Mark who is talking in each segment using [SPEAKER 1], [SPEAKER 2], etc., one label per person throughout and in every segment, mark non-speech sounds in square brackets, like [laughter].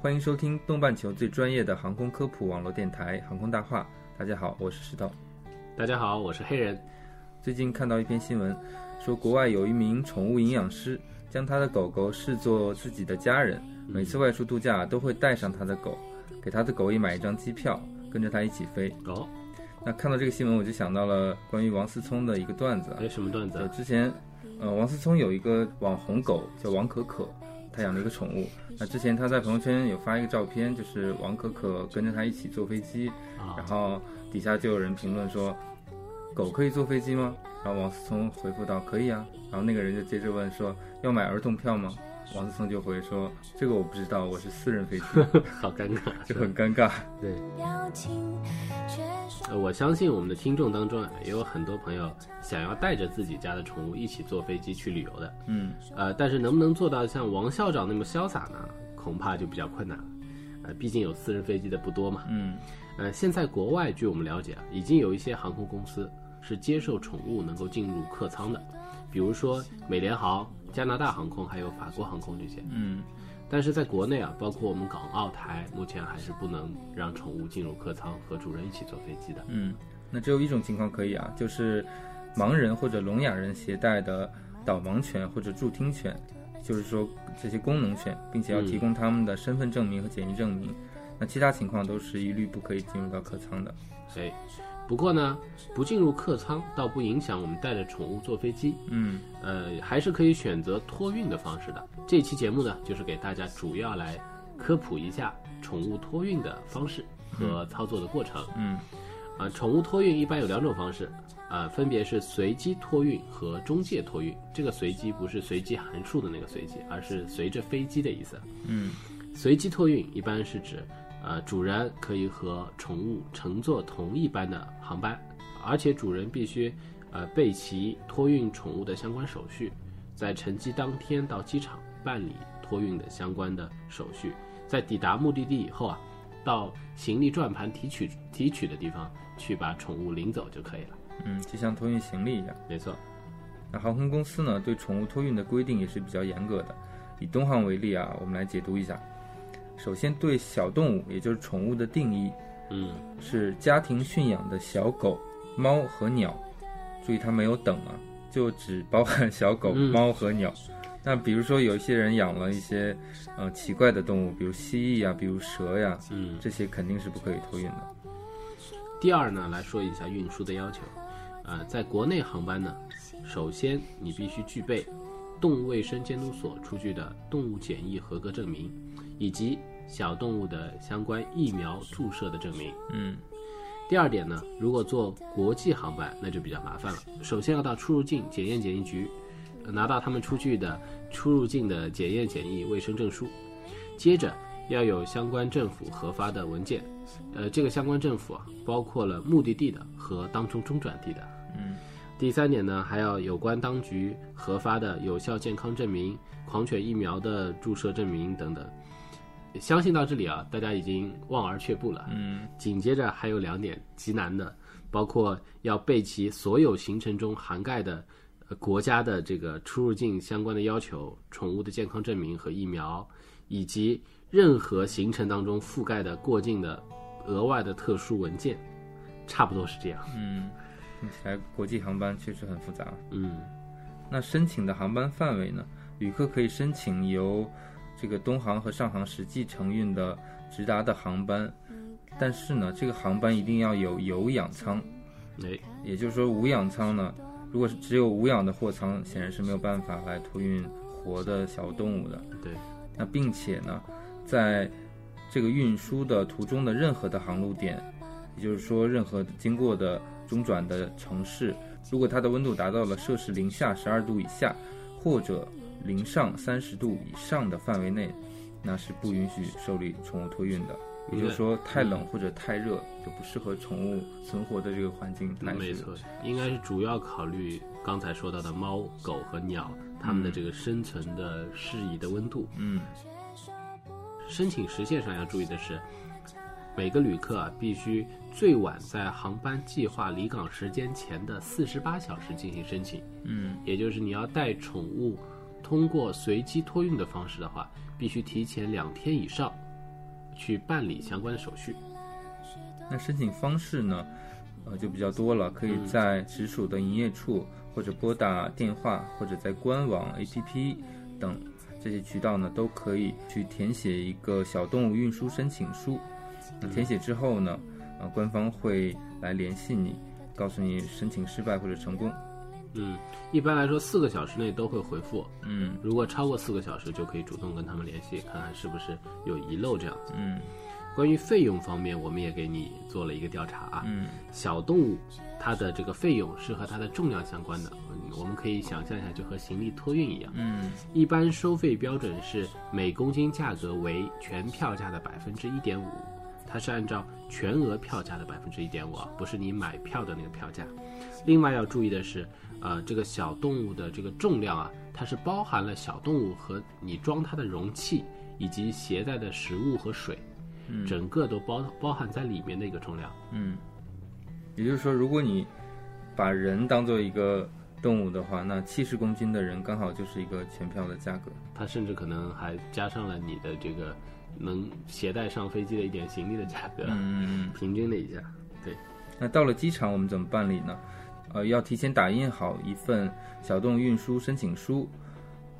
[SPEAKER 1] 欢迎收听东半球最专业的航空科普网络电台《航空大话》。大家好，我是石头。
[SPEAKER 2] 大家好，我是黑人。
[SPEAKER 1] 最近看到一篇新闻，说国外有一名宠物营养师将他的狗狗视作自己的家人，每次外出度假都会带上他的狗，给他的狗也买一张机票，跟着他一起飞。
[SPEAKER 2] 哦，
[SPEAKER 1] 那看到这个新闻，我就想到了关于王思聪的一个段子啊，
[SPEAKER 2] 哎，什么段子
[SPEAKER 1] 呃，
[SPEAKER 2] 啊？
[SPEAKER 1] 之前，呃，王思聪有一个网红狗叫王可可，他养了一个宠物。那之前他在朋友圈有发一个照片，就是王可可跟着他一起坐飞机，然
[SPEAKER 2] 啊，
[SPEAKER 1] 后底下就有人评论说：“狗可以坐飞机吗？”然后王思聪回复道：“可以啊。”然后那个人就接着问说：“要买儿童票吗？”王思聪就回说：“这个我不知道，我是私人飞机。 [laughs]
[SPEAKER 2] [laughs] 好尴尬，”
[SPEAKER 1] 就是
[SPEAKER 2] 吧
[SPEAKER 1] 很尴尬。
[SPEAKER 2] 对。
[SPEAKER 3] 表情，却说
[SPEAKER 2] 呃，我相信我们的听众当中啊，也有很多朋友想要带着自己家的宠物一起坐飞机去旅游的，
[SPEAKER 1] 嗯，
[SPEAKER 2] 呃，但是能不能做到像王校长那么潇洒呢？恐怕就比较困难了。呃，毕竟有私人飞机的不多嘛。
[SPEAKER 1] 嗯，
[SPEAKER 2] 呃，现在国外据我们了解啊，已经有一些航空公司是接受宠物能够进入客舱的，比如说美联航、加拿大航空还有法国航空这些。
[SPEAKER 1] 嗯，
[SPEAKER 2] 但是在国内啊，包括我们港澳台，目前还是不能让宠物进入客舱和主人一起坐飞机的。
[SPEAKER 1] 嗯，那只有一种情况可以啊，就是盲人或者聋哑人携带的导盲犬或者助听犬，就是说这些功能犬，并且要提供他们的身份证明和检疫证明。那其他情况都是一律不可以进入到客舱的。
[SPEAKER 2] 哎，不过呢，不进入客舱倒不影响我们带着宠物坐飞机，
[SPEAKER 1] 嗯，
[SPEAKER 2] 呃，还是可以选择托运的方式的。这期节目呢，就是给大家主要来科普一下宠物托运的方式和操作的过程。
[SPEAKER 1] 嗯，
[SPEAKER 2] 啊、宠物托运一般有两种方式，啊、分别是随机托运和中介托运。这个随机不是随机函数的那个随机，而是随着飞机的意思。
[SPEAKER 1] 嗯，
[SPEAKER 2] 随机托运一般是指，呃，主人可以和宠物乘坐同一班的航班，而且主人必须，呃，备齐托运宠物的相关手续，在乘机当天到机场办理托运的相关的手续，在抵达目的地以后啊，到行李转盘提取提取的地方去把宠物领走就可以了。
[SPEAKER 1] 嗯，就像托运行李一样。
[SPEAKER 2] 没错，
[SPEAKER 1] 那航空公司呢，对宠物托运的规定也是比较严格的。以东航为例啊，我们来解读一下。首先，对小动物，也就是宠物的定义，
[SPEAKER 2] 嗯，
[SPEAKER 1] 是家庭驯养的小狗、猫和鸟。注意，它没有等啊，就只包含小狗、
[SPEAKER 2] 嗯
[SPEAKER 1] 猫和鸟。那比如说，有一些人养了一些，呃，奇怪的动物，比如蜥蜴啊呀、比如蛇呀、
[SPEAKER 2] 嗯
[SPEAKER 1] 这些肯定是不可以托运的。
[SPEAKER 2] 第二呢，来说一下运输的要求。呃，在国内航班呢，首先你必须具备动物卫生监督所出具的动物检疫合格证明，以及小动物的相关疫苗注射的证明。
[SPEAKER 1] 嗯
[SPEAKER 2] 第二点呢，如果坐国际航班，那就比较麻烦了。首先要到出入境检验检疫局，呃拿到他们出具的出入境的检验检疫卫生证书，接着要有相关政府核发的文件，呃，这个相关政府啊，包括了目的地的和当中中转地的。
[SPEAKER 1] 嗯。
[SPEAKER 2] 第三点呢，还要有关当局核发的有效健康证明、狂犬疫苗的注射证明等等。相信到这里啊，大家已经望而却步了。
[SPEAKER 1] 嗯
[SPEAKER 2] 紧接着还有两点极难的，包括要备齐所有行程中涵盖的、呃国家的这个出入境相关的要求、宠物的健康证明和疫苗，以及任何行程当中覆盖的过境的额外的特殊文件，差不多是这样。
[SPEAKER 1] 嗯，听起来国际航班确实很复杂。
[SPEAKER 2] 嗯，
[SPEAKER 1] 那申请的航班范围呢？旅客可以申请由这个东航和上航实际承运的直达的航班，但是呢，这个航班一定要有有氧舱，
[SPEAKER 2] 哎，
[SPEAKER 1] 也就是说无氧舱呢，如果是只有无氧的货舱，显然是没有办法来托运活的小动物的。
[SPEAKER 2] 对，
[SPEAKER 1] 那并且呢，在这个运输的途中的任何的航路点，也就是说任何经过的中转的城市，如果它的温度达到了摄氏零下十二度以下，或者零上三十度以上的范围内，那是不允许受理宠物托运的。也就是说太冷或者太热就不适合宠物存活的这个环境，它也
[SPEAKER 2] 嗯没
[SPEAKER 1] 是
[SPEAKER 2] 错，应该是主要考虑刚才说到的猫、狗和鸟它们的这个生存的适宜的温度。
[SPEAKER 1] 嗯
[SPEAKER 2] 申请时限上要注意的是，每个旅客啊必须最晚在航班计划离港时间前的四十八小时进行申请，
[SPEAKER 1] 嗯
[SPEAKER 2] 也就是你要带宠物通过随机托运的方式的话，必须提前两天以上去办理相关的手续。
[SPEAKER 1] 那申请方式呢，呃，就比较多了，可以在直属的营业处，或者拨打电话，或者在官网、APP 等这些渠道呢，都可以去填写一个小动物运输申请书。那填写之后呢，呃，官方会来联系你，告诉你申请失败或者成功。
[SPEAKER 2] 嗯，一般来说四个小时内都会回复，
[SPEAKER 1] 嗯
[SPEAKER 2] 如果超过四个小时，就可以主动跟他们联系，看看是不是有遗漏这样子。
[SPEAKER 1] 嗯
[SPEAKER 2] 关于费用方面，我们也给你做了一个调查啊。
[SPEAKER 1] 嗯
[SPEAKER 2] 小动物它的这个费用是和它的重量相关的，嗯我们可以想象一下，就和行李托运一样。
[SPEAKER 1] 嗯
[SPEAKER 2] 一般收费标准是每公斤价格为全票价的百分之一点五，它是按照全额票价的百分之一点五，啊不是你买票的那个票价。另外要注意的是，呃，这个小动物的这个重量啊，它是包含了小动物和你装它的容器以及携带的食物和水，整个都包包含在里面的一个重量。
[SPEAKER 1] 嗯，也就是说，如果你把人当做一个动物的话，那七十公斤的人刚好就是一个全票的价格。
[SPEAKER 2] 它甚至可能还加上了你的这个能携带上飞机的一点行李的价格，
[SPEAKER 1] 嗯。
[SPEAKER 2] 平均了一下。
[SPEAKER 1] 那到了机场，我们怎么办理呢？呃，要提前打印好一份小动物运输申请书、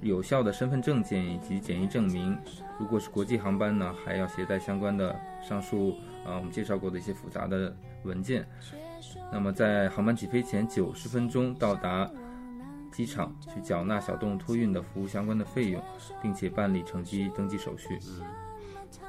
[SPEAKER 1] 有效的身份证件以及检疫证明。如果是国际航班呢，还要携带相关的上述呃我们介绍过的一些复杂的文件。那么在航班起飞前九十分钟到达机场，去缴纳小动物托运的服务相关的费用，并且办理乘机登记手续。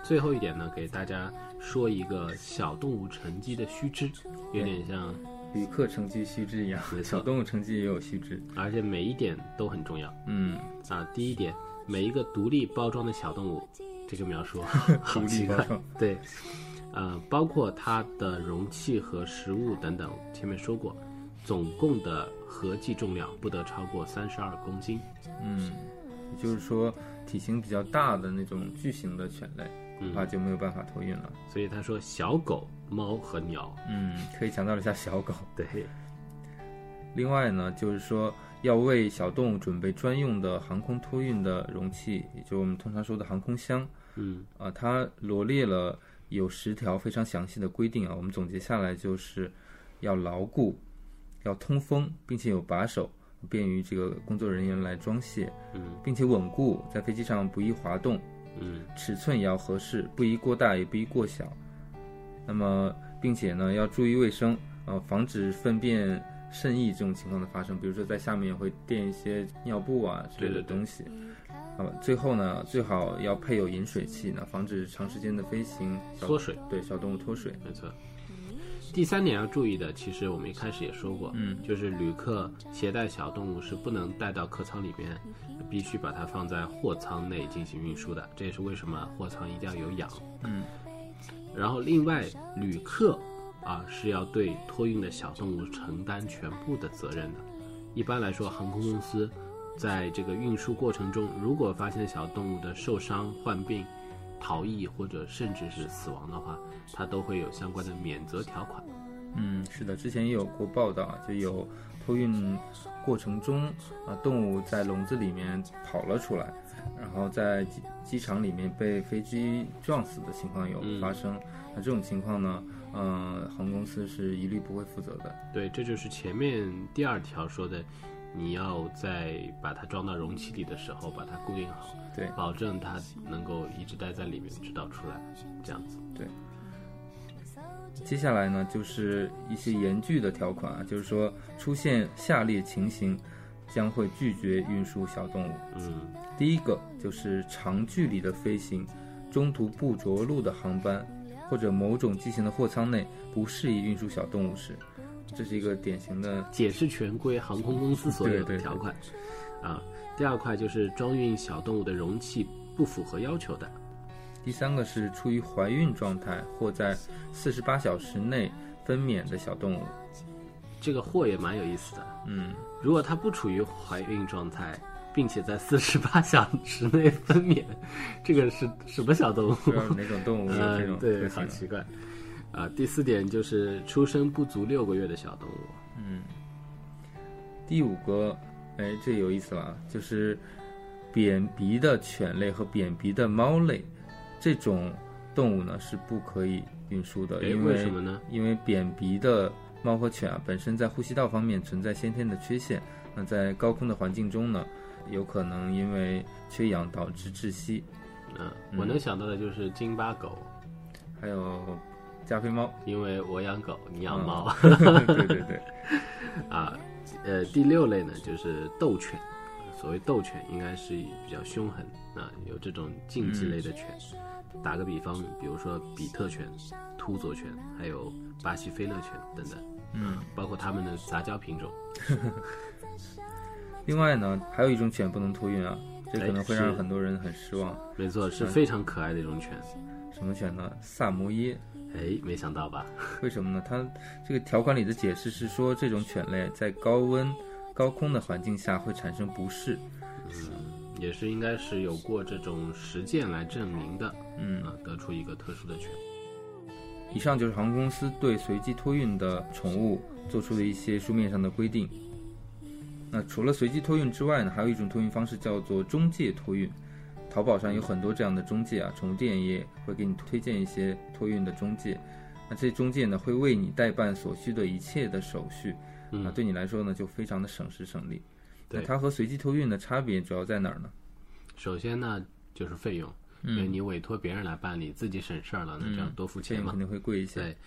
[SPEAKER 2] 最后一点呢，给大家说一个小动物成绩的须知，有点像，
[SPEAKER 1] 旅客乘机须知一样
[SPEAKER 2] 没，错
[SPEAKER 1] 小动物乘机也有须知。
[SPEAKER 2] 而且每一点都很重要
[SPEAKER 1] 嗯，
[SPEAKER 2] 啊。第一点，每一个独立包装的小动物，这个
[SPEAKER 1] [laughs]
[SPEAKER 2] 描述好奇
[SPEAKER 1] 独
[SPEAKER 2] 怪
[SPEAKER 1] 立包装，
[SPEAKER 2] 对，呃，包括它的容器和食物等等，前面说过，总共的合计重量不得超过三十二公斤。
[SPEAKER 1] 嗯，也就是说体型比较大的那种巨型的犬类，恐怕就没有办法托运了。
[SPEAKER 2] 所以他说小狗、猫和鸟，
[SPEAKER 1] 嗯，可以强调一下小狗。
[SPEAKER 2] 对，
[SPEAKER 1] 另外呢，就是说要为小动物准备专用的航空托运的容器，也就是我们通常说的航空箱。
[SPEAKER 2] 嗯
[SPEAKER 1] 啊，它罗列了有十条非常详细的规定啊，我们总结下来就是要牢固，要通风，并且有把手，便于这个工作人员来装卸，
[SPEAKER 2] 嗯
[SPEAKER 1] 并且稳固，在飞机上不易滑动。
[SPEAKER 2] 嗯
[SPEAKER 1] 尺寸也要合适，不宜过大也不宜过小。那么，并且呢，要注意卫生，呃，防止粪便渗溢这种情况的发生。比如说，在下面会垫一些尿布啊之类的
[SPEAKER 2] 对对对
[SPEAKER 1] 东西。那么最后呢，最好要配有饮水器呢，防止长时间的飞行小
[SPEAKER 2] 缩水。
[SPEAKER 1] 对小动物脱水。
[SPEAKER 2] 没错。第三点要注意的，其实我们一开始也说过，
[SPEAKER 1] 嗯
[SPEAKER 2] 就是旅客携带小动物是不能带到客舱里面，必须把它放在货舱内进行运输的。这也是为什么货舱一定要有氧。
[SPEAKER 1] 嗯，
[SPEAKER 2] 然后另外旅客啊是要对托运的小动物承担全部的责任的。一般来说，航空公司在这个运输过程中，如果发现小动物的受伤、患病、逃逸或者甚至是死亡的话，它都会有相关的免责条款。
[SPEAKER 1] 嗯，是的，之前也有过报道，啊，就有托运过程中啊，动物在笼子里面跑了出来，然后在机机场里面被飞机撞死的情况有
[SPEAKER 2] 嗯
[SPEAKER 1] 发生。那这种情况呢，嗯、航空公司是一律不会负责的。
[SPEAKER 2] 对，这就是前面第二条说的，你要在把它装到容器里的时候，把它固定好，
[SPEAKER 1] 对，
[SPEAKER 2] 保证它能够一直待在里面，直到出来，这样子。
[SPEAKER 1] 接下来呢，就是一些严峻的条款啊，就是说出现下列情形，将会拒绝运输小动物。
[SPEAKER 2] 嗯
[SPEAKER 1] 第一个就是长距离的飞行，中途不着陆的航班，或者某种机型的货舱内不适宜运输小动物时，这是一个典型的，
[SPEAKER 2] 解释权归航空公司所有
[SPEAKER 1] 对对对
[SPEAKER 2] 的条款。啊，第二块就是装运小动物的容器不符合要求的。
[SPEAKER 1] 第三个是处于怀孕状态或在四十八小时内分娩的小动物。
[SPEAKER 2] 这个货也蛮有意思的。
[SPEAKER 1] 嗯，
[SPEAKER 2] 如果它不处于怀孕状态，并且在四十八小时内分娩，这个是什么小动物？
[SPEAKER 1] 不知道哪种动物有这种
[SPEAKER 2] 嗯， [laughs] 对，
[SPEAKER 1] 特
[SPEAKER 2] 好
[SPEAKER 1] 性。
[SPEAKER 2] 奇怪。啊、第四点就是出生不足六个月的小动物，
[SPEAKER 1] 嗯，第五个，哎，这有意思了啊，就是扁鼻的犬类和扁鼻的猫类这种动物呢是不可以运输的，
[SPEAKER 2] 哎，
[SPEAKER 1] 呃因
[SPEAKER 2] 为什么呢？
[SPEAKER 1] 因为扁鼻的猫和犬啊，本身在呼吸道方面存在先天的缺陷，那在高空的环境中呢，有可能因为缺氧导致窒息。
[SPEAKER 2] 嗯，我能想到的就是津巴狗，
[SPEAKER 1] 还有加菲
[SPEAKER 2] [laughs]
[SPEAKER 1] 猫，
[SPEAKER 2] 因为我养狗，你养猫。 [laughs]
[SPEAKER 1] 对对对，
[SPEAKER 2] 啊，呃，第六类呢就是斗犬，所谓斗犬应该是比较凶狠啊，有这种竞技类的犬。打个比方，比如说比特犬、秃左犬，还有巴西菲勒犬等等，
[SPEAKER 1] 嗯。
[SPEAKER 2] 包括它们的杂交品种。
[SPEAKER 1] 另外呢，还有一种犬不能托运啊，这
[SPEAKER 2] 哎
[SPEAKER 1] 可能会让
[SPEAKER 2] 是
[SPEAKER 1] 很多人很失望。
[SPEAKER 2] 没错，是非常可爱的一种犬。
[SPEAKER 1] 什么犬呢？萨摩耶。
[SPEAKER 2] 哎，没想到吧？
[SPEAKER 1] 为什么呢？它这个条款里的解释是说，这种犬类在高温、高空的环境下会产生不适。
[SPEAKER 2] 也是应该是有过这种实践来证明的，
[SPEAKER 1] 嗯，
[SPEAKER 2] 啊，得出一个特殊的犬。
[SPEAKER 1] 以上就是航空公司对随机托运的宠物做出的一些书面上的规定。那除了随机托运之外呢，还有一种托运方式叫做中介托运。淘宝上有很多这样的中介啊，宠物店也会给你推荐一些托运的中介。那这中介呢，会为你代办所需的一切的手续，
[SPEAKER 2] 嗯
[SPEAKER 1] 啊，对你来说呢，就非常的省时省力。
[SPEAKER 2] 对
[SPEAKER 1] 那它和随机托运的差别主要在哪儿呢？
[SPEAKER 2] 首先呢，就是费用，因为你委托别人来办理，自己省事儿了，那这样多付
[SPEAKER 1] 嗯费
[SPEAKER 2] 钱
[SPEAKER 1] 用
[SPEAKER 2] 嘛
[SPEAKER 1] 肯。定会贵一些。
[SPEAKER 2] 对，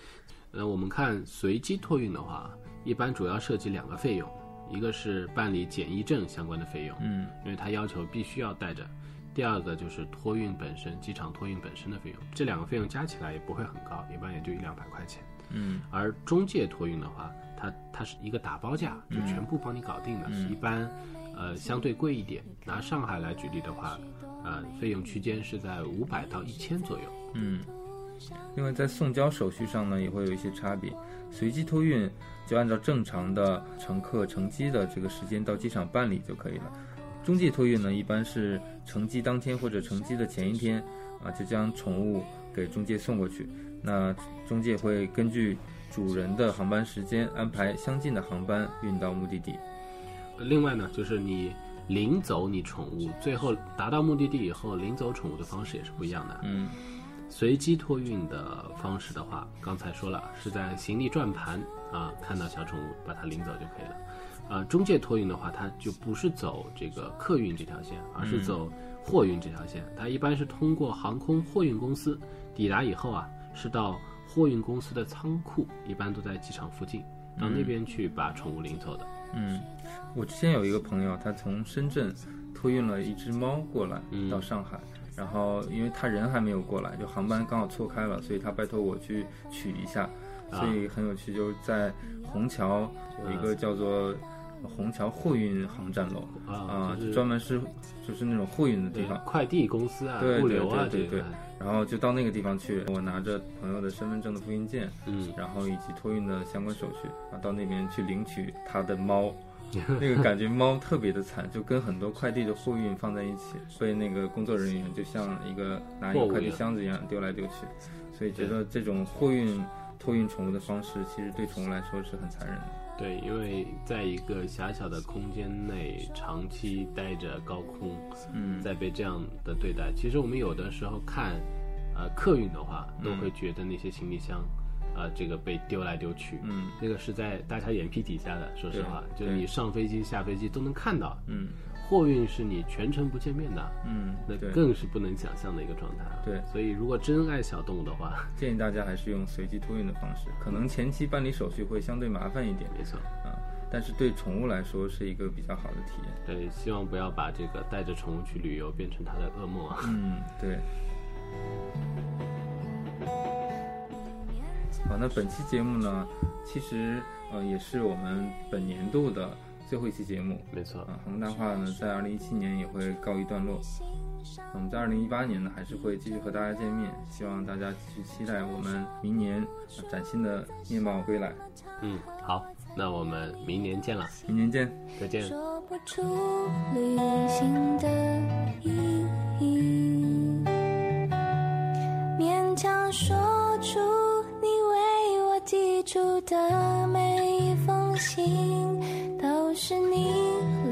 [SPEAKER 2] 那我们看随机托运的话，一般主要涉及两个费用，一个是办理检疫证相关的费用，
[SPEAKER 1] 嗯，
[SPEAKER 2] 因为它要求必须要带着；第二个就是托运本身，机场托运本身的费用。这两个费用加起来也不会很高，一般也就一两百块钱。
[SPEAKER 1] 嗯，
[SPEAKER 2] 而中介托运的话，它它是一个打包价，就全部帮你搞定的，一般呃相对贵一点。拿上海来举例的话，呃，费用区间是在五百到一千左右。
[SPEAKER 1] 嗯，另外在送交手续上呢，也会有一些差别。随机托运就按照正常的乘客乘机的这个时间到机场办理就可以了。中介托运呢，一般是乘机当天或者乘机的前一天啊，就将宠物给中介送过去。那中介会根据主人的航班时间安排相近的航班运到目的地。
[SPEAKER 2] 另外呢，就是你领走你宠物，最后达到目的地以后，领走宠物的方式也是不一样的。
[SPEAKER 1] 嗯
[SPEAKER 2] 随机托运的方式的话，刚才说了是在行李转盘啊，看到小宠物把它领走就可以了。啊，中介托运的话，它就不是走这个客运这条线，而是走货运这条线。它一般是通过航空货运公司抵达以后啊，是到货运公司的仓库，一般都在机场附近，到那边去把宠物领走的。
[SPEAKER 1] 嗯，我之前有一个朋友，他从深圳托运了一只猫过来
[SPEAKER 2] 嗯
[SPEAKER 1] 到上海，然后因为他人还没有过来，就航班刚好错开了，所以他拜托我去取一下，
[SPEAKER 2] 啊
[SPEAKER 1] 所以很有趣，就是在虹桥有一个叫做虹桥货运航站楼
[SPEAKER 2] 啊
[SPEAKER 1] 啊，
[SPEAKER 2] 就是
[SPEAKER 1] 专门是就是那种货运的地
[SPEAKER 2] 对
[SPEAKER 1] 方，，
[SPEAKER 2] 嗯快递公司啊，
[SPEAKER 1] 对
[SPEAKER 2] 物流啊，
[SPEAKER 1] 对对
[SPEAKER 2] 这
[SPEAKER 1] 对
[SPEAKER 2] 个，
[SPEAKER 1] 然后就到那个地方去，我拿着朋友的身份证的复印件，
[SPEAKER 2] 嗯，
[SPEAKER 1] 然后以及托运的相关手续，啊，到那边去领取他的猫。 [laughs] 那个感觉猫特别的惨，就跟很多快递的货运放在一起，被那个工作人员就像一个拿一
[SPEAKER 2] 货
[SPEAKER 1] 个
[SPEAKER 2] 物
[SPEAKER 1] 快
[SPEAKER 2] 一
[SPEAKER 1] 递
[SPEAKER 2] 样
[SPEAKER 1] 箱子一样丢来丢去，所以觉得这种货运托运宠物的方式，其实对宠物来说是很残忍的。
[SPEAKER 2] 对，因为在一个狭小的空间内长期待着高空，
[SPEAKER 1] 嗯，
[SPEAKER 2] 再被这样的对待，其实我们有的时候看，呃，客运的话，都会觉得那些行李箱，啊、这个被丢来丢去，
[SPEAKER 1] 嗯，
[SPEAKER 2] 那个是在大家眼皮底下的，说实话，就
[SPEAKER 1] 对
[SPEAKER 2] 你上飞机、下飞机都能看到。
[SPEAKER 1] 嗯
[SPEAKER 2] 货运是你全程不见面的，
[SPEAKER 1] 嗯，
[SPEAKER 2] 那
[SPEAKER 1] 对，
[SPEAKER 2] 更是不能想象的一个状态啊。
[SPEAKER 1] 对
[SPEAKER 2] 所以如果真爱小动物的话， [laughs]
[SPEAKER 1] 建议大家还是用随机托运的方式，可能前期办理手续会相对麻烦一点
[SPEAKER 2] 没错。
[SPEAKER 1] 啊，但是对宠物来说是一个比较好的体验。
[SPEAKER 2] 对，希望不要把这个带着宠物去旅游变成他的噩梦啊。
[SPEAKER 1] 嗯，对。好，那本期节目呢，其实呃也是我们本年度的最后一期节目
[SPEAKER 2] 没错
[SPEAKER 1] 啊，。恒大化呢在二零一七年也会告一段落。我们在二零一八年呢，还是会继续和大家见面，希望大家继续期待我们明年呃崭新的面貌归来。
[SPEAKER 2] 嗯，好，那我们明年见了，
[SPEAKER 1] 明年见。
[SPEAKER 2] 再见。
[SPEAKER 3] 说不出旅行的意义，勉强说出你为我寄出的每一封信，都是你